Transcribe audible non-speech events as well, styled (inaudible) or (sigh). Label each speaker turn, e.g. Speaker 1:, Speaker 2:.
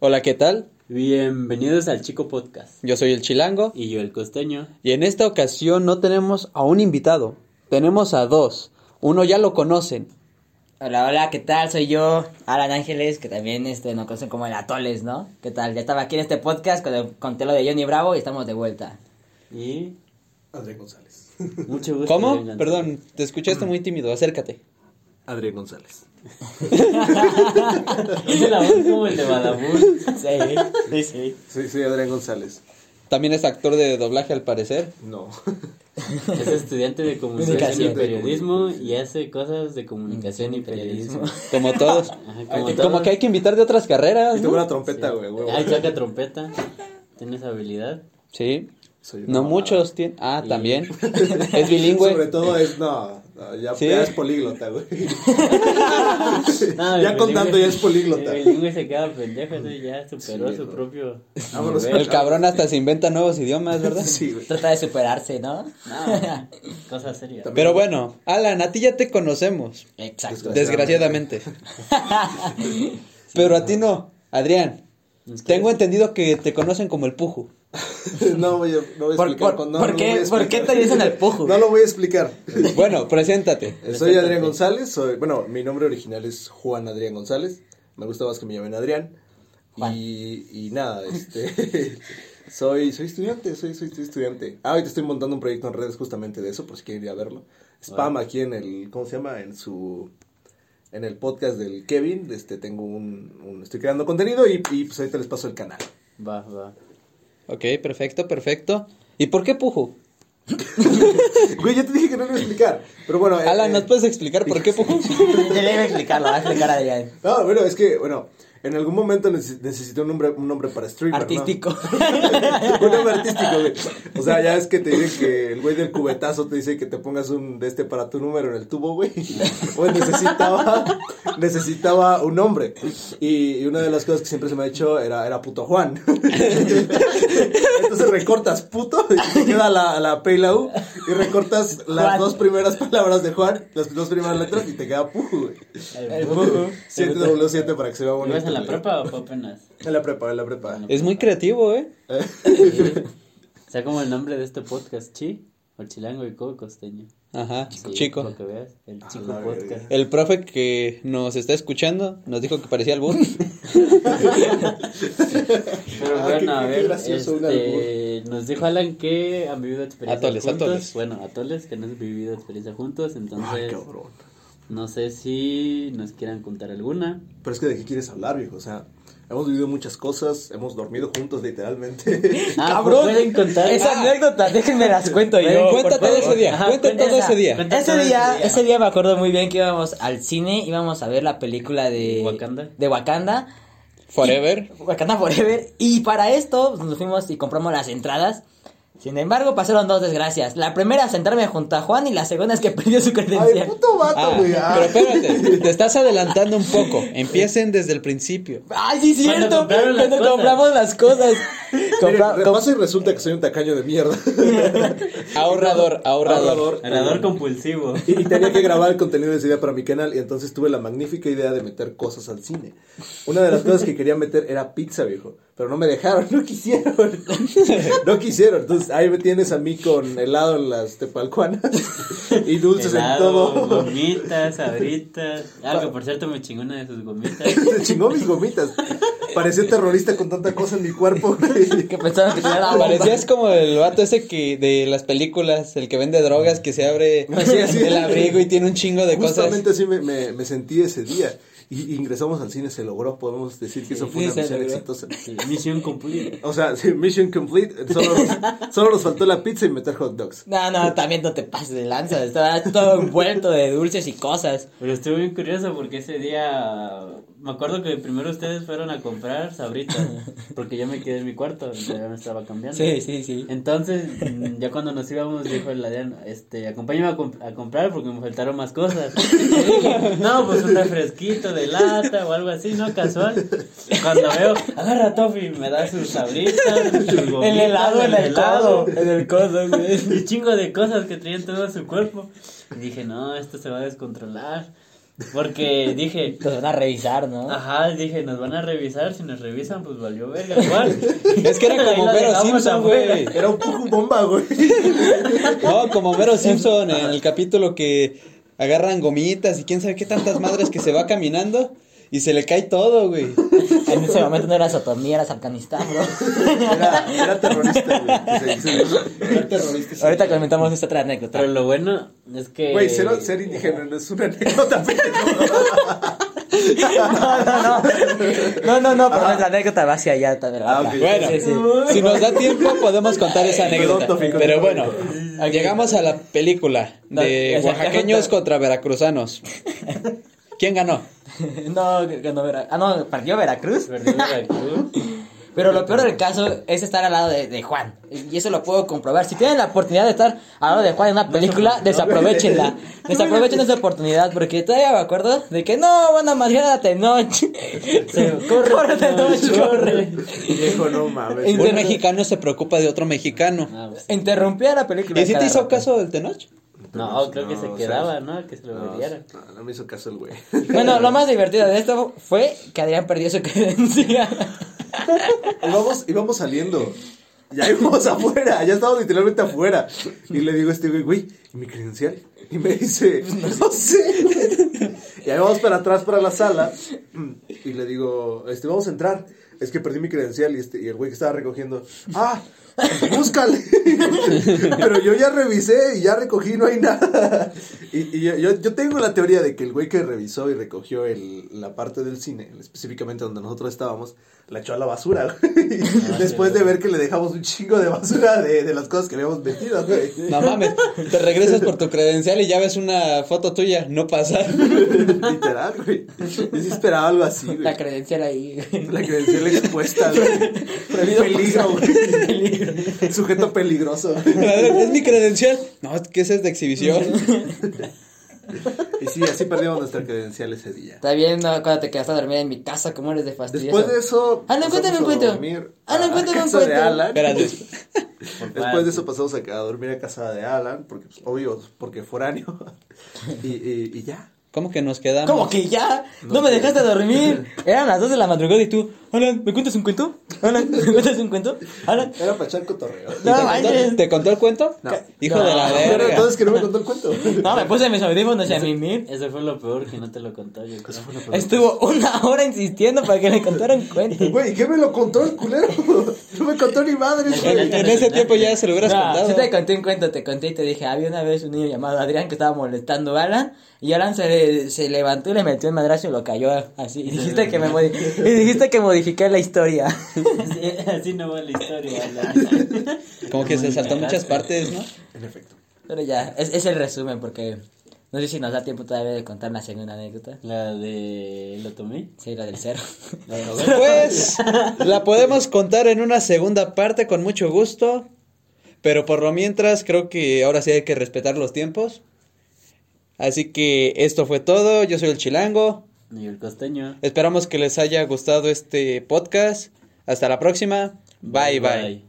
Speaker 1: Hola, ¿qué tal?
Speaker 2: Bienvenidos al Chico Podcast.
Speaker 1: Yo soy el Chilango
Speaker 2: Y yo el costeño.
Speaker 1: y en esta ocasión no tenemos a un invitado, tenemos a dos. Uno ya lo conocen.
Speaker 3: Hola, hola, ¿qué tal? Soy yo, Alan Ángeles, que también este, nos conocen como el Atoles, ¿no? ¿Qué tal? Ya estaba aquí en este podcast con el conté lo de Johnny Bravo y estamos de vuelta.
Speaker 2: Y
Speaker 4: André González.
Speaker 2: (laughs) mucho gusto.
Speaker 1: ¿Cómo?
Speaker 2: Adrián.
Speaker 1: Perdón, te escuchaste muy tímido, acércate.
Speaker 4: André González.
Speaker 2: Hice la voz como el de Badabun.
Speaker 3: Sí, sí, sí.
Speaker 4: Sí, sí, Adrián González.
Speaker 1: También es actor de doblaje al parecer.
Speaker 3: (laughs)
Speaker 4: No.
Speaker 2: Es estudiante de comunicación y
Speaker 3: Comunicación.
Speaker 2: periodismo y hace cosas de comunicación y periodismo.
Speaker 1: (laughs) Como todos.
Speaker 2: Ajá, como
Speaker 1: como,
Speaker 2: todos.
Speaker 1: que hay que invitar de otras carreras.
Speaker 4: Y tengo
Speaker 1: ¿no?
Speaker 4: una trompeta, güey, huevo.
Speaker 2: Ay, saca trompeta. ¿Tienes habilidad?
Speaker 1: Sí.
Speaker 4: Soy una
Speaker 1: No
Speaker 4: mamada. (laughs)
Speaker 1: muchos tienen. Ah,
Speaker 2: Y-
Speaker 1: también. (laughs) Es bilingüe.
Speaker 4: Sobre todo es, no, no, ya,
Speaker 1: Sí.
Speaker 4: ya es políglota,
Speaker 3: (laughs)
Speaker 4: güey.
Speaker 2: No, el
Speaker 4: (laughs) ya contando
Speaker 2: bilingüe-
Speaker 4: ya es políglota.
Speaker 2: El bilingüe se queda pendejo, entonces ya superó
Speaker 4: Sí,
Speaker 2: su
Speaker 4: ¿no?
Speaker 2: propio...
Speaker 4: Vámonos.
Speaker 2: nivel.
Speaker 1: El cabrón hasta se inventa nuevos idiomas, (laughs) ¿verdad?
Speaker 4: Sí, güey. (laughs)
Speaker 3: Trata de superarse, ¿no?
Speaker 2: No, cosa seria.
Speaker 1: Pero bueno, Alan, a ti ya te conocemos.
Speaker 3: (laughs) Exacto.
Speaker 1: Desgraciadamente. Pero a ti no, Adrián. Tengo entendido que te conocen como el Puju.
Speaker 4: No voy a, no voy a
Speaker 3: ¿Por-
Speaker 4: explicar.
Speaker 3: por-
Speaker 4: no,
Speaker 3: por
Speaker 4: no
Speaker 3: qué-
Speaker 4: voy a
Speaker 3: por
Speaker 4: explicar.
Speaker 3: qué te dicen al pujo?
Speaker 4: No lo voy a explicar.
Speaker 3: (laughs)
Speaker 1: Bueno, preséntate.
Speaker 4: Soy Adrián González. Soy, bueno, mi nombre original es Juan Adrián González. Me gusta más que me llamen Adrián.
Speaker 3: Juan.
Speaker 4: Y, y nada, este. (laughs) soy, soy estudiante, soy, soy, soy estudiante. Ah, ahorita estoy montando un proyecto en redes justamente de eso, por si quieren ir a verlo. Spam
Speaker 1: Ah.
Speaker 4: aquí en el. ¿Cómo se llama? En su. En el podcast del Kevin. Este, tengo un. un- estoy creando contenido y, y pues ahorita les paso el canal. (laughs)
Speaker 2: Va, va.
Speaker 1: Ok, perfecto, perfecto. ¿Y por qué Puju?
Speaker 4: Güey, yo te dije que no lo iba a explicar. Pero bueno. eh,
Speaker 1: Alan, ¿nos
Speaker 4: eh,
Speaker 1: puedes explicar por qué Puju?
Speaker 3: Yo le iba a explicar, lo va a explicar a Adrián.
Speaker 4: No, bueno, es que, bueno, en algún momento neces- necesité un nombre, un nombre para streamer, ¿no?
Speaker 3: Artístico.
Speaker 4: (laughs) un nombre artístico, güey. O sea, ya es que te dicen que el güey del cubetazo te dice que te pongas un de este para tu número en el tubo, güey. Güey, necesitaba, necesitaba un nombre. Y, y una de las cosas que siempre se me ha hecho era, era puto Juan. Entonces recortas puto y te queda la, la P y la U. Y recortas las
Speaker 3: Juan.
Speaker 4: dos primeras palabras de Juan, las dos primeras letras y te queda pujo, güey.
Speaker 2: El
Speaker 3: pujo.
Speaker 4: 7W7 para que se vea bonito.
Speaker 2: ¿Ibas en la
Speaker 4: güey.
Speaker 2: prepa o fue apenas?
Speaker 4: En la prepa, en la prepa.
Speaker 1: Es muy creativo, ¿eh? (laughs)
Speaker 2: O sea, como el nombre de este podcast, Chi, o Chilango y Co, costeño.
Speaker 1: Ajá,
Speaker 2: Sí,
Speaker 1: chico.
Speaker 2: Lo que veas, el
Speaker 4: Ah,
Speaker 2: chico
Speaker 4: la
Speaker 2: podcast.
Speaker 4: verga.
Speaker 1: El profe que nos está escuchando nos dijo que parecía el (laughs) burro.
Speaker 2: Pero
Speaker 4: Ah,
Speaker 2: bueno,
Speaker 4: qué-
Speaker 2: a
Speaker 4: qué
Speaker 2: ver,
Speaker 4: gracioso, un
Speaker 2: este, nos dijo Alan que han vivido experiencia
Speaker 1: Atoles,
Speaker 2: juntos.
Speaker 1: atoles.
Speaker 2: Bueno, atoles, que no han vivido experiencia juntos,
Speaker 4: Ay,
Speaker 2: entonces
Speaker 4: cabrón.
Speaker 2: no sé si nos quieran contar alguna.
Speaker 4: Pero es que de qué quieres hablar, viejo. O sea, hemos vivido muchas cosas, hemos dormido
Speaker 1: (laughs)
Speaker 4: juntos, literalmente.
Speaker 2: Ah,
Speaker 3: (laughs) Cabrón,
Speaker 2: pueden contar.
Speaker 3: Esa
Speaker 2: Ah,
Speaker 3: anécdota, déjenme las cuento
Speaker 1: Ven,
Speaker 3: yo. por
Speaker 1: cuéntate
Speaker 3: favor.
Speaker 1: de ese día,
Speaker 2: Ajá,
Speaker 1: cuéntate
Speaker 2: cuenta
Speaker 1: todo
Speaker 3: esa.
Speaker 1: ese día.
Speaker 2: Cuenta
Speaker 3: Ese
Speaker 2: todo ese
Speaker 3: día,
Speaker 2: día.
Speaker 3: ese día me acuerdo muy bien que íbamos al cine, íbamos a ver la película de
Speaker 2: Wakanda.
Speaker 3: De Wakanda.
Speaker 1: Forever.
Speaker 3: Wakanda Forever. Y para esto pues, nos fuimos y compramos las entradas. Sin embargo, pasaron dos desgracias. La primera, sentarme junto a Juan y la segunda es que (laughs) perdió su
Speaker 4: Ay,
Speaker 3: credencial.
Speaker 4: puto vato,
Speaker 1: Ah,
Speaker 4: güey.
Speaker 1: pero
Speaker 4: Ah,
Speaker 1: espérate, te estás adelantando un poco. Empiecen desde el principio.
Speaker 3: Ay, sí,
Speaker 2: Cuando
Speaker 3: cierto.
Speaker 2: compraron las
Speaker 3: Cuando
Speaker 2: cosas.
Speaker 3: compramos las cosas.
Speaker 4: Miren,
Speaker 3: Compra- com-
Speaker 4: pasa y resulta que soy un tacaño de mierda.
Speaker 1: (laughs) Ahorrador, ahorrador.
Speaker 2: Heredador compulsivo.
Speaker 4: Y, y tenía que grabar el contenido de ese día para mi canal. Y entonces tuve la magnífica idea de meter cosas al cine. Una de las cosas que quería meter era pizza, viejo. Pero no me dejaron, no quisieron. (laughs) No quisieron. Entonces ahí me tienes a mí con helado en las tepalcuanas. (laughs) Y dulces
Speaker 2: Helado,
Speaker 4: en todo.
Speaker 2: gomitas, sabritas. Ah, que por cierto me chingó una de sus gomitas.
Speaker 4: Se chingó mis gomitas. Parecía terrorista con tanta cosa en mi cuerpo. güey.
Speaker 3: que pensaron que
Speaker 4: Ah,
Speaker 3: tenía la bomba.
Speaker 1: Parecías Ah, como el vato ese que de las películas, el que vende drogas, que se abre
Speaker 4: (laughs) Así, así.
Speaker 1: el abrigo y tiene un chingo de
Speaker 4: Justamente así me, me- me sentí ese día. Y ingresamos al cine, se logró. Podemos decir que eso fue una
Speaker 3: Sí, se
Speaker 4: misión
Speaker 3: logró.
Speaker 4: exitosa.
Speaker 2: Sí, Misión cumplida.
Speaker 4: O sea, sí, mission complete. Solo, solo nos faltó la pizza y meter hot dogs.
Speaker 3: No, no, también no te pases de lanza. Estaba todo envuelto de dulces y cosas.
Speaker 2: Pero estuve bien curioso porque ese día me acuerdo que primero ustedes fueron a comprar sabritas porque yo me quedé en mi cuarto, ya me estaba cambiando.
Speaker 3: Sí, sí, sí.
Speaker 2: Entonces, mm, ya cuando nos íbamos, dijo el Adrián, este, acompáñame a, comp- a comprar porque me faltaron más cosas. Le dije, no, pues un refresquito de lata o algo así, ¿no? Casual. Cuando veo, agarra Tofi, me da sus sabritas, sus gomitas,
Speaker 3: El helado en
Speaker 2: el
Speaker 3: el
Speaker 2: helado.
Speaker 3: codo. En el codo, güey.
Speaker 2: un chingo de cosas que traía en todo su cuerpo. Y dije, no, esto se va a descontrolar. Porque dije,
Speaker 3: Nos van a revisar, ¿no?
Speaker 2: ajá, dije, nos van a revisar, si nos revisan, pues valió verga igual.
Speaker 1: (laughs) Es que era
Speaker 2: (laughs) Ahí
Speaker 1: como
Speaker 2: la
Speaker 1: Mero
Speaker 2: dejamos
Speaker 1: Simpson,
Speaker 2: afuera.
Speaker 1: güey.
Speaker 4: Era un poco bomba, güey.
Speaker 1: No, como Mero Simpson en el capítulo que agarran gomitas y quién sabe qué tantas madres que se va caminando y se le cae todo, güey.
Speaker 3: En ese momento no era Sotomía, era Afganistán, bro.
Speaker 4: Era, era terrorista, güey. Se- se- Era terrorista. sí.
Speaker 3: Ahorita comentamos esta otra anécdota.
Speaker 2: Pero lo bueno es que...
Speaker 4: Güey, ser, ser indígena no es una anécdota, pendejo.
Speaker 3: No, no, no. No, no, no, pero nuestra anécdota va hacia allá también.
Speaker 4: Ah, ok.
Speaker 1: Bueno,
Speaker 3: Sí, sí.
Speaker 1: si nos da tiempo podemos contar esa anécdota.
Speaker 4: Perdón, Tofico.
Speaker 1: Pero bueno, llegamos a la película
Speaker 3: No,
Speaker 1: de
Speaker 3: o sea,
Speaker 1: oaxaqueños
Speaker 3: ya contar-
Speaker 1: contra veracruzanos. ¿Quién
Speaker 3: (laughs)
Speaker 1: ganó?
Speaker 3: No, que- que no, Vera- Ah, no, perdió Veracruz.
Speaker 2: Perdí Veracruz.
Speaker 3: Pero lo peor del caso es estar al lado de, de Juan. Y eso lo puedo comprobar. Si tienen la oportunidad de estar al lado de Juan en una película, desaprovechenla. Desaprovechen esa oportunidad porque todavía me acuerdo de que no, van a madrear a Tenoch. corre, corre, Tenoch, corre.
Speaker 4: Viejo, no mames.
Speaker 1: Un mexicano se preocupa de otro mexicano.
Speaker 2: Ah, pues,
Speaker 3: Interrumpía la película.
Speaker 1: ¿Y si te
Speaker 3: cada
Speaker 1: hizo
Speaker 3: rato.
Speaker 1: caso del Tenoch?
Speaker 2: No, creo que
Speaker 4: No,
Speaker 2: se
Speaker 4: o sea,
Speaker 2: quedaba, ¿no? Que se lo
Speaker 4: No,
Speaker 2: vendieran.
Speaker 4: no, no me hizo caso el güey.
Speaker 3: Bueno, lo más divertido de esto fue que Adrián perdió su creencia.
Speaker 4: Íbamos, íbamos saliendo. Ya íbamos afuera, ya estábamos literalmente afuera. Y le digo a este güey, güey, ¿y mi credencial? Y me dice, no sé. Y ahí vamos para atrás, para la sala. Y le digo, este, vamos a entrar. Es que perdí mi credencial y, este, y el güey que estaba recogiendo, ah, búscale. (laughs) Pero yo ya revisé y ya recogí, no hay nada. Y, y yo, yo- yo tengo la teoría de que el güey que revisó y recogió el- la parte del cine, específicamente donde nosotros estábamos, la echó a la basura, Ah, güey. Después de ver que le dejamos un chingo de basura de, de las cosas que habíamos metido, güey.
Speaker 1: No mames, te regresas por tu credencial y ya ves una foto tuya, no pasar.
Speaker 4: Literal, güey. Yo sí esperaba algo así, güey.
Speaker 3: La credencial ahí. (laughs)
Speaker 4: La credencial expuesta, güey. Peligro, güey. Sujeto peligroso.
Speaker 1: Es mi credencial. No, es que esa es de exhibición.
Speaker 4: Y sí, así perdimos nuestra credencial ese día.
Speaker 3: Está bien, no, cuando te quedaste a dormir en mi casa, ¿cómo eres de fastidioso?
Speaker 4: Después de eso.
Speaker 3: Ah, no,
Speaker 4: pasamos
Speaker 3: cuéntame un
Speaker 4: a
Speaker 3: cuento.
Speaker 4: dormir
Speaker 3: Ah, no,
Speaker 4: a
Speaker 3: cuéntame un
Speaker 4: casa de
Speaker 3: cuento.
Speaker 4: Alan.
Speaker 1: Espérate.
Speaker 4: (laughs) Después de eso pasamos a, a dormir a casa de Alan, porque, pues, obvio, porque foráneo. (laughs) Y, y, y ya.
Speaker 1: ¿Cómo que nos quedamos?
Speaker 3: ¿Cómo que ya? No, me dejaste
Speaker 4: (laughs)
Speaker 3: dormir. Eran las 2 de la madrugada y tú, Alan, ¿me cuentas un cuento? Alan, ¿me cuentas un cuento? Alan,
Speaker 4: Era para echar (laughs) cotorreo.
Speaker 1: ¿Y te,
Speaker 3: No
Speaker 1: contó,
Speaker 3: manches.
Speaker 1: te contó el cuento?
Speaker 4: No.
Speaker 1: Hijo
Speaker 3: No.
Speaker 1: de la
Speaker 4: Pero
Speaker 1: verga.
Speaker 4: entonces que no me contó
Speaker 1: (laughs)
Speaker 4: el cuento.
Speaker 3: no, me puse mis audífonos y a mimir.
Speaker 2: Eso fue lo peor que no te lo contó yo. creo. (laughs)
Speaker 3: Estuvo una hora insistiendo para que me contaran
Speaker 4: (laughs)
Speaker 3: cuentos.
Speaker 4: Güey, ¿qué me lo contó el culero? (laughs) No me contó ni madre,
Speaker 1: en,
Speaker 4: güey.
Speaker 1: en ese tiempo ya se lo hubieras
Speaker 3: No,
Speaker 1: contado.
Speaker 3: sí te conté un cuento, te conté y te dije, había una vez un niño llamado Adrián que estaba molestando a Alan y Alan se, le- se levantó y le metió un madrazo y lo cayó así. Y dijiste que me modi- y dijiste que modifiqué la historia. (laughs)
Speaker 2: Así, así no va la historia. Alan.
Speaker 1: Como que se saltó muchas partes, ¿no?
Speaker 4: En efecto.
Speaker 3: Pero ya, es, es el resumen porque no sé si nos da tiempo todavía de contar la segunda anécdota.
Speaker 2: La de... ¿Lo tomé?
Speaker 3: Sí, la del cero. (laughs)
Speaker 1: Pues la podemos contar en una segunda parte con mucho gusto. Pero por lo mientras creo que ahora sí hay que respetar los tiempos. Así que esto fue todo. Yo soy el Chilango.
Speaker 2: Y el costeño.
Speaker 1: Esperamos que les haya gustado este podcast. Hasta la próxima. bye. bye.